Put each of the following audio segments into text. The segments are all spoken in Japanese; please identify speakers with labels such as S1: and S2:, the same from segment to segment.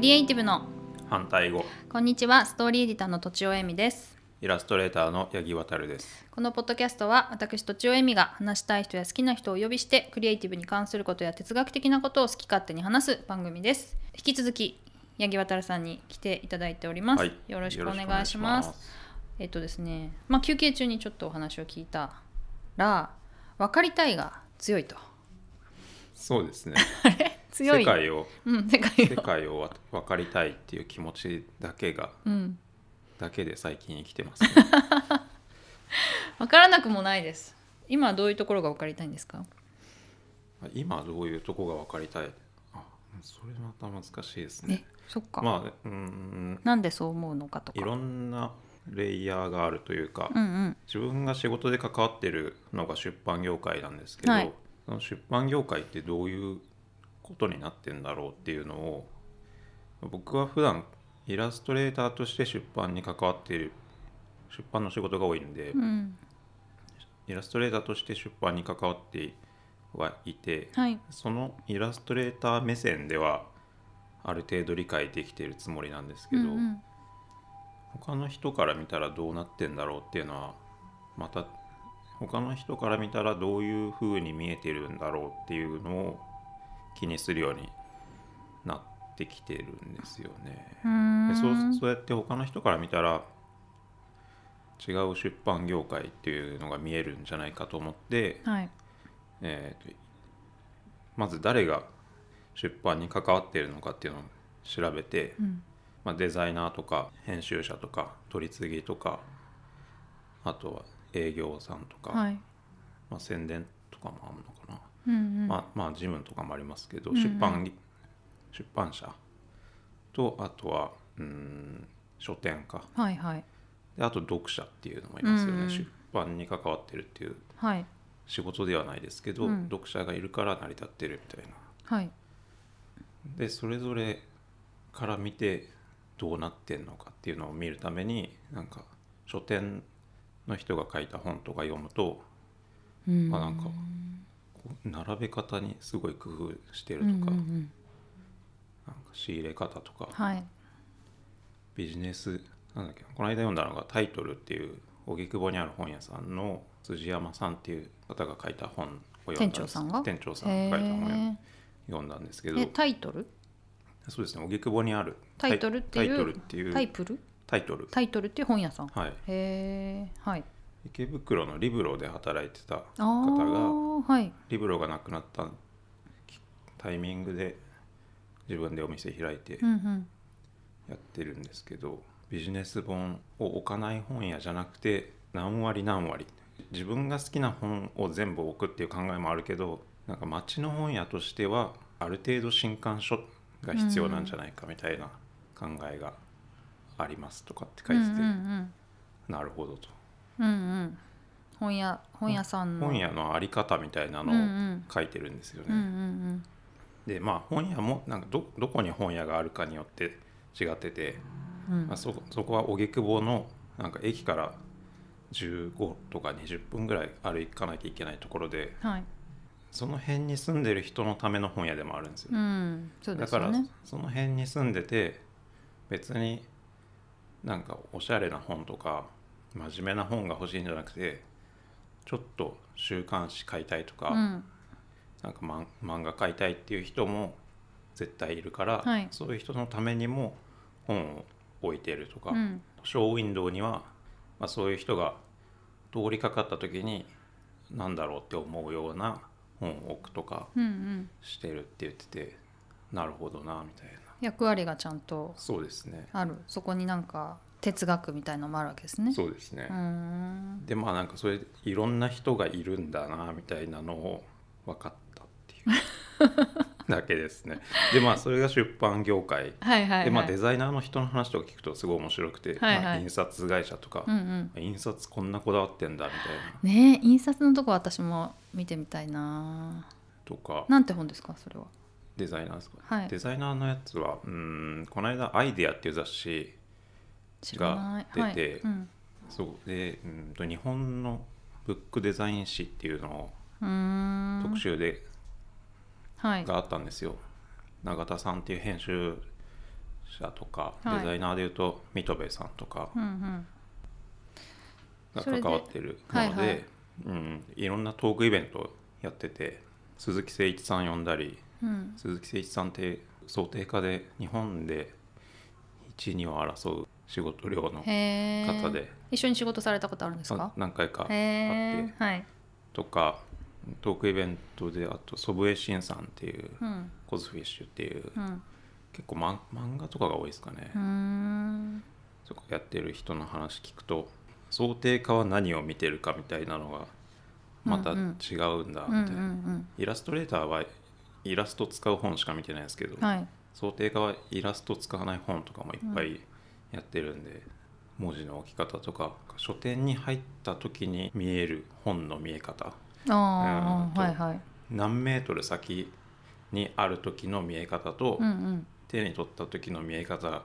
S1: リエイティブの
S2: 反対語
S1: こんにちはストーリーエディターのとちおえみです
S2: イラストレーターの八木渉です
S1: このポッドキャストは私とちおえみが話したい人や好きな人をお呼びしてクリエイティブに関することや哲学的なことを好き勝手に話す番組です引き続き八木渉さんに来ていただいております、
S2: はい
S1: よろしくお願いしますえっとですねまあ休憩中にちょっとお話を聞いたら分かりたいが強いと
S2: そうです ね
S1: 強
S2: 世
S1: い
S2: 界を
S1: うん世界
S2: 世
S1: を
S2: 界をわ分かりたいっていう気持ちだけが
S1: うん
S2: だけで最近生きてますね、
S1: 分からなくもないです今どういうところが分かりたいんですか
S2: 今どういうとこが分かりたいあそれまた難しいです
S1: え
S2: ね
S1: そっか、
S2: まあうん
S1: なんでそう思うのかとか
S2: いろんなレイヤーがあるというか、
S1: うんうん
S2: 自分が仕事で関わってるのが出版業界なんですけど、
S1: はい
S2: その出版業界ってどういうことになってんだろうっていうのを僕は普段イラストレーターとして出版に関わっている出版の仕事が多いんで、
S1: うん
S2: イラストレーターとして出版に関わってはいて
S1: はい
S2: そのイラストレーター目線ではある程度理解できているつもりなんですけど、
S1: うんうん
S2: 他の人から見たらどうなってんだろうっていうのはまた他の人から見たらどういう風に見えてるんだろうっていうのを気にするようになってきてるんですよね。
S1: うー
S2: で
S1: ん
S2: そうそうやって他の人から見たら違う出版業界っていうのが見えるんじゃないかと思って、
S1: はい
S2: えーとまず誰が出版に関わってるのかっていうのを調べて。
S1: うん
S2: まあ、デザイナーとか編集者とか取り次ぎとかあとは営業さんとか、
S1: はい
S2: まあ、宣伝とかもあるのか
S1: う
S2: な、
S1: んうん
S2: まあ、まあ事務とかもありますけど、
S1: うんうん
S2: 出版ぎ出版社とあとはうーん書店か
S1: はいはい
S2: であと読者っていうのもいますよ
S1: うん
S2: ね、
S1: うん
S2: 出版に関わってるっていう
S1: はい
S2: 仕事ではないですけど、
S1: うん
S2: 読者がいるから成り立ってるみたいな
S1: はい
S2: でそれぞれから見てどうなってんのかっていうのを見るためになんか書店の人が書いた本とか読むと
S1: うん
S2: あなんかこう並べ方にすごい工夫して
S1: う
S2: ると
S1: ん
S2: か,、
S1: うんう
S2: なんか
S1: ん
S2: 仕入れ方とか
S1: はい
S2: ビジネスなんだっけなこの間読んだのが「タイトル」っていう荻窪にある本屋さんの辻山さんっていう方が書いた本を読んだ
S1: 店長さんが
S2: 店長さんが書いた本を読
S1: へ
S2: ん読んだんですけ
S1: ー
S2: ど
S1: えタイトル
S2: そうですね荻窪にある
S1: タイトルっていう
S2: タイトルっていう
S1: タイプル
S2: タイトル
S1: タイトルっていう本屋さん
S2: はい
S1: へえはい
S2: 池袋のリブロで働いてた
S1: あ
S2: 方が
S1: ーはい
S2: リブロがなくなったきタイミングで自分でお店開いて
S1: うんうん
S2: やってるんですけど、ビジネス本を置かない本屋じゃなくて何割何割自分が好きな本を全部置くっていう考えもあるけどなんか町の本屋としてはある程度新刊書が必要なんじゃないかみたいな考えがありますとかって書いてて、
S1: うんうん
S2: なるほどと
S1: うんうんうん本屋本屋さんの
S2: 本屋のあり方みたいな
S1: うんうん
S2: のを書いてるんですよね。
S1: うんうん
S2: でまあ本屋もなんかどどこに本屋があるかによって違ってて、
S1: うんうん
S2: まあ、そそこは荻窪のなんか駅から15とか20分ぐらい歩かなきゃいけないところで
S1: はい
S2: その辺に住んでる人のための本屋でもあるんですよ、
S1: うんそうで
S2: だ
S1: す
S2: か
S1: よ
S2: ら
S1: ね
S2: その辺に住んでて別になんかおしゃれな本とか真面目な本が欲しいんじゃなくてちょっと週刊誌買いたいとか、
S1: うん
S2: なんかマン漫画買いたいっていう人も絶対いるから、
S1: はい
S2: そういう人のためにも本を置いてるとか、
S1: うん
S2: ショーウィンドウには、まあ、そういう人が通りかかった時に何だろうって思うような本を置くとか
S1: うんうん
S2: してるって言っててなるほどなみたいな
S1: 役割がちゃんと
S2: そうですね
S1: あるそこになんか哲学みたいのもあるわけですね
S2: そうですね
S1: うー、ん
S2: でまあなんかそれいろんな人がいるんだなみたいなのを分かったっていうだけですねでまあそれが出版業界
S1: はいはいはい
S2: でまあ、デザイナーの人の話とか聞くとすごい面白くて、
S1: はいはい
S2: まあ、印刷会社とか、
S1: うんうん
S2: 印刷こんなこだわってんだみたいな
S1: ねえ印刷のとこ私も見てみたいな
S2: とか
S1: なんて本ですかそれは
S2: デザイナーですか、
S1: はい
S2: デザイナーのやつはうーんこの間「アイデア」っていう雑誌
S1: 知らない
S2: が出て
S1: はいうん
S2: そうでうんと日本のブックデザイン誌っていうの
S1: うー
S2: を
S1: ん
S2: 特集で、
S1: はい
S2: があったんですよ永田さんっていう編集者とか、
S1: はい
S2: デザイナーでいうと水戸部さんとか
S1: うんうん
S2: が
S1: それ
S2: 関
S1: で
S2: わってるもので
S1: はいはい
S2: うん、いろんなトークイベントやってて鈴木誠一さん呼んだり
S1: うん
S2: 鈴木誠一さんって想定家で日本で1、2を争う仕事量の
S1: へー
S2: 方で
S1: 一緒に仕事されたことあるんです
S2: あ
S1: か
S2: 何回かあ
S1: へ
S2: って
S1: えはい、
S2: とかトークイベントであと祖父江慎さんっていう
S1: うん
S2: コズフィッシュっていう
S1: うん、
S2: 結構、ま、漫画とかが多いですかね、
S1: うーん
S2: そこやってる人の話聞くと想定家は何を見てるかみたいなのがまた
S1: う
S2: 違
S1: んうん
S2: うんだみ
S1: う
S2: たいな、
S1: んうんうん
S2: イラストレーターはイラスト使う本しか見てないですけど、
S1: はい
S2: 想定家はイラスト使わない本とかもいっぱいやってるんで、文字の置き方とか書店に入った時に見える本の見え方
S1: あ
S2: うん
S1: あ
S2: と
S1: はいはい
S2: 何メートル先にある時の見え方と、
S1: うんうん
S2: 手に取った時の見え方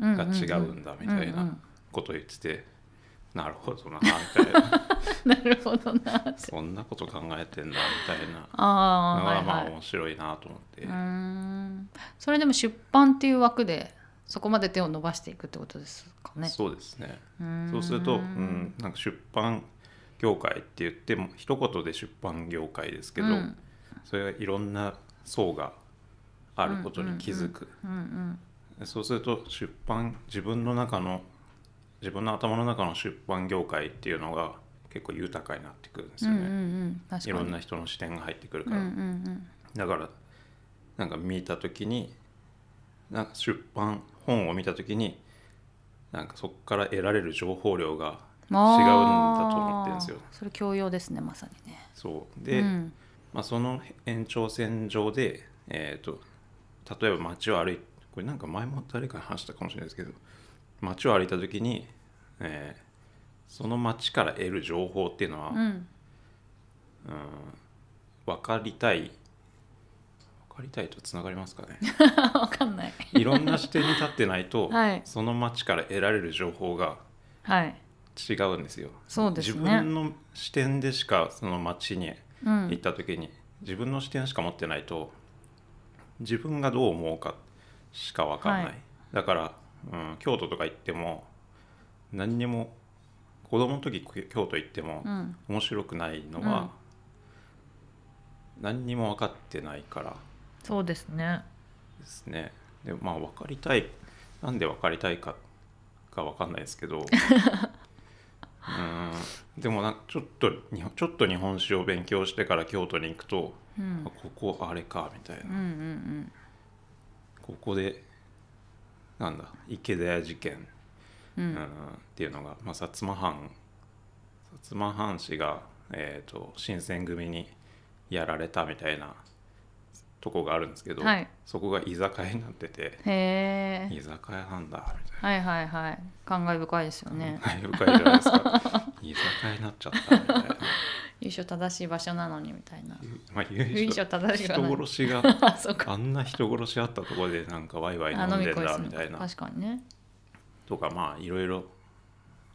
S1: うん
S2: が
S1: うん
S2: 違うんだみたい
S1: うんう
S2: なんことを言ってて、なるほどなみたい
S1: な
S2: な
S1: るほどなって
S2: そんなこと考えてんだみたいな
S1: あ
S2: の
S1: あは
S2: が
S1: い
S2: まあ
S1: はい
S2: 面白いなと思って、
S1: うーんそれでも出版っていう枠でそこまで手を伸ばしていくってことですかね。
S2: そうですね
S1: ーん
S2: そうすると、うん、なんか出版業界って言っても一言で出版業界ですけど、
S1: うん
S2: それはいろんな層があることに気づく、
S1: うんうん
S2: そうすると出版自分の中の自分の頭の中の出版業界っていうのが結構豊かになってくるんです
S1: うんうん
S2: よね、
S1: うん確かに
S2: いろんな人の視点が入ってくる
S1: う
S2: か
S1: んう
S2: ら、
S1: ん
S2: だからなんか見た時になんか出版本を見た時になんかそこから得られる情報量が
S1: うん、
S2: 違うんだと
S1: あー
S2: 思ってるんですよ
S1: それ教養ですねまさにね。
S2: そうで、
S1: うん
S2: まあ、その延長線上で、えー、と例えば街を歩いこれなんか前も誰かに話したかもしれないですけど街を歩いた時に、えーその街から得る情報っていうのは、
S1: うんうん
S2: 分かりたい分かりたいとつながりますかね
S1: わかんない。
S2: いろんな視点に立ってないと、
S1: はい
S2: その街から得られる情報が
S1: はい。
S2: 違うんですよ。
S1: そうですね。
S2: 自分の視点でしかその街に
S1: うん
S2: 行った時に自分の視点しか持ってないと自分がどう思うかしか分かんない、
S1: はい
S2: だから、うん、京都とか行っても何にも子供の時京都行っても
S1: うん
S2: 面白くないのは、何にも分かってないから
S1: そうですね。
S2: ですねでまあ分かりたいなんで分かりたいかか分かんないです けどうーんでもなんかちょっと日本ちょっと日本史を勉強してから京都に行くと
S1: うん
S2: あここあれかみたい
S1: うんう
S2: な、
S1: ん
S2: ここでなんだ池田屋事件、
S1: うんう
S2: うんんっていうのが、まあ、薩摩藩薩摩藩士が、えー、と新選組にやられたみたいなとこがあるんですけど、
S1: はい
S2: そこが居酒屋になってて
S1: へえ
S2: 居酒屋なんだみたい
S1: はいはいはい感慨深いですよ
S2: な、
S1: ね。
S2: 感慨深いじゃないですか居酒屋になっちゃったみたいな
S1: 由緒正しい場所なのにみたいな。
S2: まあ
S1: 由緒正しく
S2: 人
S1: はない。
S2: 殺しが
S1: あそうか。
S2: あんな人殺しあったところでなんかワイワイ飲んでんだみたいな
S1: 確かにね。
S2: とかまあいろいろ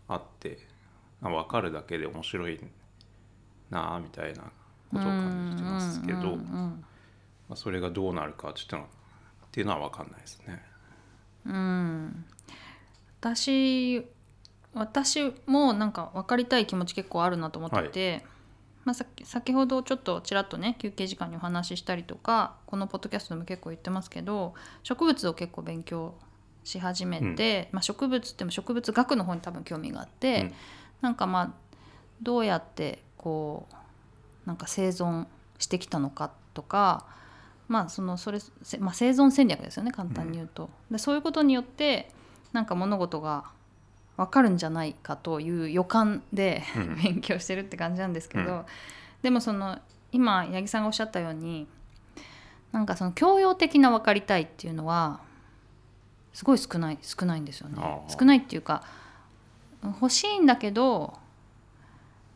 S2: あってまあ分かるだけで面白いなあみたいなことを感じてますけど、
S1: うんうん
S2: まあ、それがどうなるかちょっとのっていうのは分かんないですね。
S1: うんうんうん私私もなんか分かりたい気持ち結構あるなと思ってて、まあ、さっき先ほどちょっとちらっとね休憩時間にお話ししたりとかこのポッドキャストでも結構言ってますけど植物を結構勉強し始めて、まあ、植物っても植物学の方に多分興味があって、
S2: うん
S1: なんかまあどうやってこうなんか生存してきたのかとか、まあ、そのそれ、せまあ、生存戦略ですよね簡単に言うと、でそういうことによってなんか物事が分かるんじゃないかという予感で、
S2: うん
S1: 勉強してるって感じなんですけど、
S2: う
S1: でもその今八木さんがおっしゃったようになんかその教養的な分かりたいっていうのはすごい少ない少ないんですよね
S2: ああ
S1: 少ないっていうか欲しいんだけど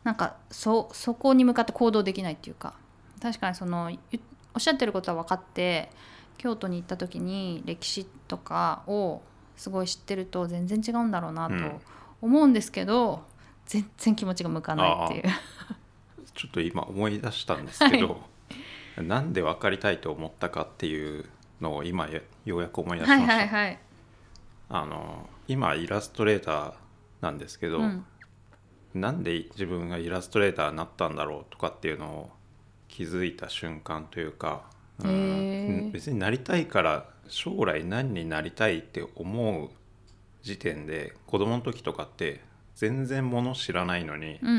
S1: なんかそそこに向かって行動できないっていうか確かにそのゆおっしゃってることは分かって京都に行った時に歴史とかをすごい知ってると全然違うんだろうなと
S2: うん
S1: 思うんですけど、全然気持ちが向かないっていう
S2: ちょっと今思い出したんですけ ど、なんで分かりたいと思ったかっていうのを今ようやく思い出しま
S1: は
S2: し
S1: い
S2: た。
S1: はいはい
S2: あの今イラストレーターなんですけど、
S1: うん
S2: なんで自分がイラストレーターになったんだろうとかっていうのを気づいた瞬間というか、うん
S1: へー
S2: 別になりたいから将来何になりたいって思う時点で子供の時とかって全然もの知らないのに
S1: うんう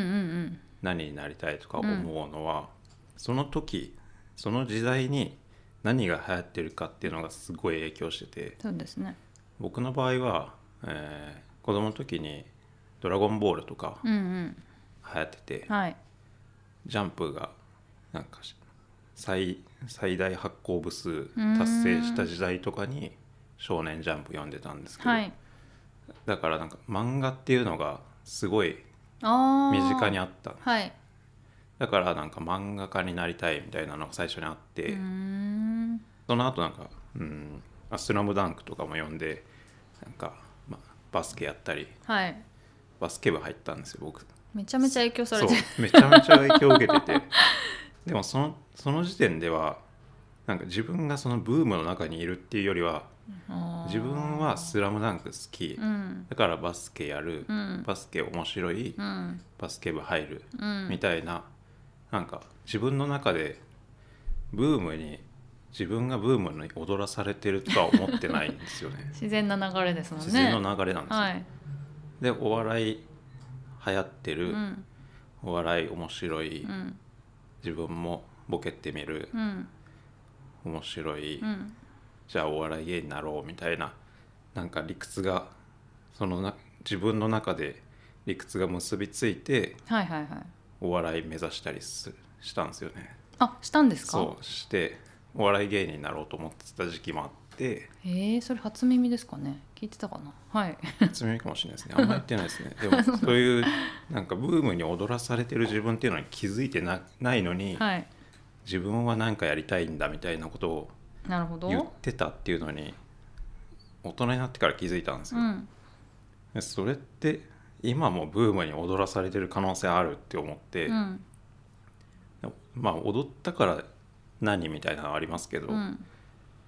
S1: ん
S2: 何になりたいとか思うのは、その時その時代に何が流行ってるかっていうのがすごい影響してて
S1: そうですね
S2: 僕の場合は、えー子供の時に「ドラゴンボール」とか
S1: うんうん
S2: 流行ってて。
S1: はい
S2: ジャンプがなんかし最最大発行部数達成した時代とかに「少年ジャンプ」読んでたんですけど、
S1: はい
S2: だからなんか漫画っていうのがすごい
S1: ああ
S2: 身近にあった
S1: はい
S2: だからなんか漫画家になりたいみたいなのが最初にあって、
S1: うーん
S2: その後なんか「うん、あスラムダンクとかも読んでなんか、まあ、バスケやったり
S1: はい
S2: バスケ部入ったんですよ僕。
S1: めちゃめちゃ影響されてる
S2: そうめちゃめちゃ影響を受けて てでもそのその時点ではなんか自分がそのブームの中にいるっていうよりは
S1: あー
S2: 自分は「スラムダンク好き、
S1: うん
S2: だからバスケやる、
S1: うん
S2: バスケ面白い、
S1: うん
S2: バスケ部入る、
S1: うん
S2: みたいななんか自分の中でブームに自分がブームに踊らされてるとは思ってないんです よね
S1: 自然な流れですもんね
S2: 自然の流れなんですよ、
S1: はい
S2: でお笑い流行って
S1: う
S2: る、
S1: ん
S2: お笑い面白い、
S1: うん
S2: 自分もボケてみる
S1: う、ん
S2: 面白い、
S1: うん
S2: じゃあお笑い芸人になろうみたいななんか理屈がそのな自分の中で理屈が結びついて
S1: はいはいはい
S2: お笑い目指したりすしたんですよね
S1: あしたんですか
S2: そうしてお笑い芸人になろうと思ってた時期もあって
S1: えー、それ初耳ですかね聞いてたかなはい
S2: 初耳かもしれないですねあんま言ってないですねでもそういうなんかブームに踊らされてる自分っていうのに気づいてなないのに、
S1: はい
S2: 自分は何かやりたいんだみたいなことを
S1: なるほど
S2: 言ってたっていうのに大人になってから気づいたんです
S1: う
S2: よ、
S1: ん
S2: でそれって今もブームに踊らされてる可能性あるって思って、
S1: うん
S2: まあ踊ったから何みたいなのはありますけど、
S1: うん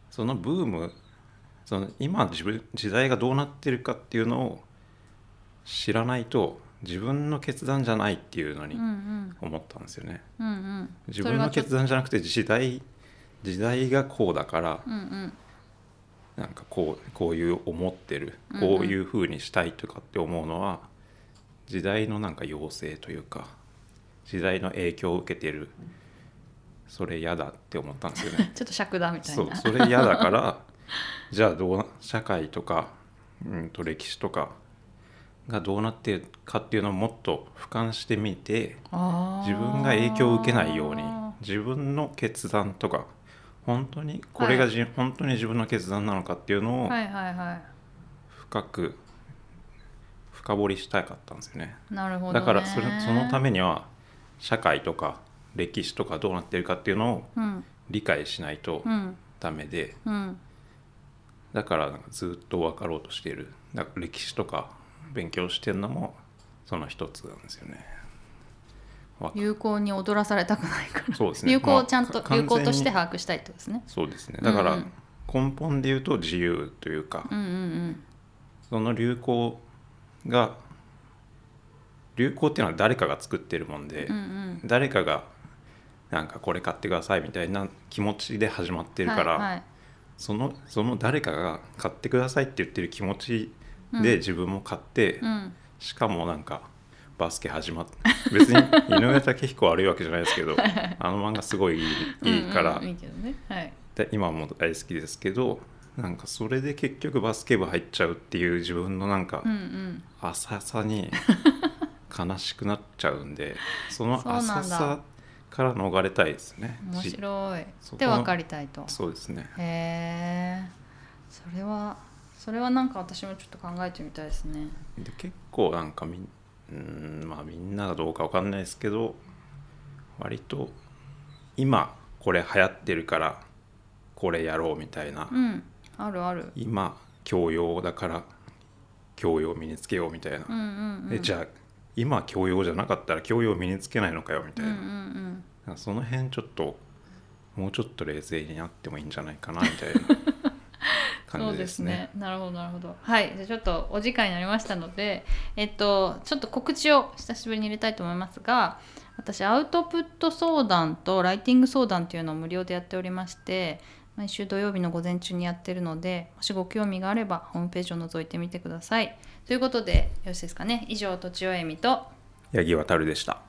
S2: そのブームその今自分時代がどうなってるかっていうのを知らないと自分の決断じゃないっていうの
S1: う
S2: に
S1: んうん
S2: 思ったんですよね。
S1: うんうん
S2: 自分の決
S1: 断
S2: 断じゃなくて時代時代がこうだから
S1: うんうん
S2: なんかこうこういう思ってる
S1: うんうん
S2: こういうふうにしたいとかって思うのは、時代のなんか要請というか時代の影響を受けてるそれ嫌だって思ったんですよ ね。
S1: ちょっと尺だみたいな
S2: そうそれ嫌だからじゃあどうな社会とか、うん、と歴史とかがどうなってるかっていうのをもっと俯瞰してみて
S1: あー
S2: 自分が影響を受けないように自分の決断とか本当にこれがじ、本当に自分の決断なのかっていうのを
S1: はいはいは
S2: 深く深掘りしたかったんですよね
S1: いなるほど、ね、
S2: だからそれそのためには社会とか歴史とかどうなってるかっていうのを
S1: うん
S2: 理解しないと
S1: うん
S2: ダメで、
S1: うん
S2: だからなんかずっと分かろうとしているだから歴史とか勉強してるのもその一つなんですよね。わか
S1: 有効に踊らされたくないから
S2: そうですね
S1: 有効をちゃんと、
S2: まあか
S1: 有効として
S2: 完全に
S1: 把握したいってことですね
S2: そうですねだか
S1: う
S2: ら
S1: ん
S2: 根本で言うと自由というか、
S1: うんうん
S2: その流行が流行っていうのは誰かが作ってるもんで、
S1: うんうんうん
S2: 誰かがなんかこれ買ってくださいみたいな気持ちで始まってるから、
S1: はいはい
S2: そのその誰かが買ってくださいって言ってる気持ちで自分も買って、
S1: うん
S2: しかもなんかバスケ始まって別に井上武彦悪いわけじゃないですけど あの漫画すごいいいいいか
S1: うん
S2: ら、
S1: うんいいけどねはい
S2: で今も大好きですけどなんかそれで結局バスケ部入っちゃうっていう自分のなんか
S1: うんうん
S2: 浅 さに悲しくなっちゃうんでその
S1: そうなんだ
S2: 浅さから逃れたいですね。
S1: 面
S2: じ
S1: 白い
S2: そこ
S1: で
S2: の
S1: 分かりたいと
S2: そうですね。
S1: へえそれはそれはなんか私もちょっと考えてみたいですね
S2: で結構なんかみんうーんまあみんながどうかわかんないですけど割と今これ流行ってるからこれやろうみたいな、
S1: うんあるある
S2: 今教養だから教養を身につけようみたいな、
S1: うんうんうん
S2: えじゃあ今教養じゃなかったら教養を身につけないのかよみた
S1: う
S2: い
S1: んうん
S2: な、
S1: うん
S2: なんかその辺ちょっともうちょっと冷静になってもいいんじゃないかなみたいな感じです ね。
S1: そうですねなるほどなるほどはいじゃあちょっとお時間になりましたのでえっとちょっと告知を久しぶりに入れたいと思いますが私アウトプット相談とライティング相談っていうのを無料でやっておりまして毎週土曜日の午前中にやってるのでもしご興味があればホームページを覗いてみてくださいということでよろしいですかね以上とちおえみと
S2: 八木渡でした。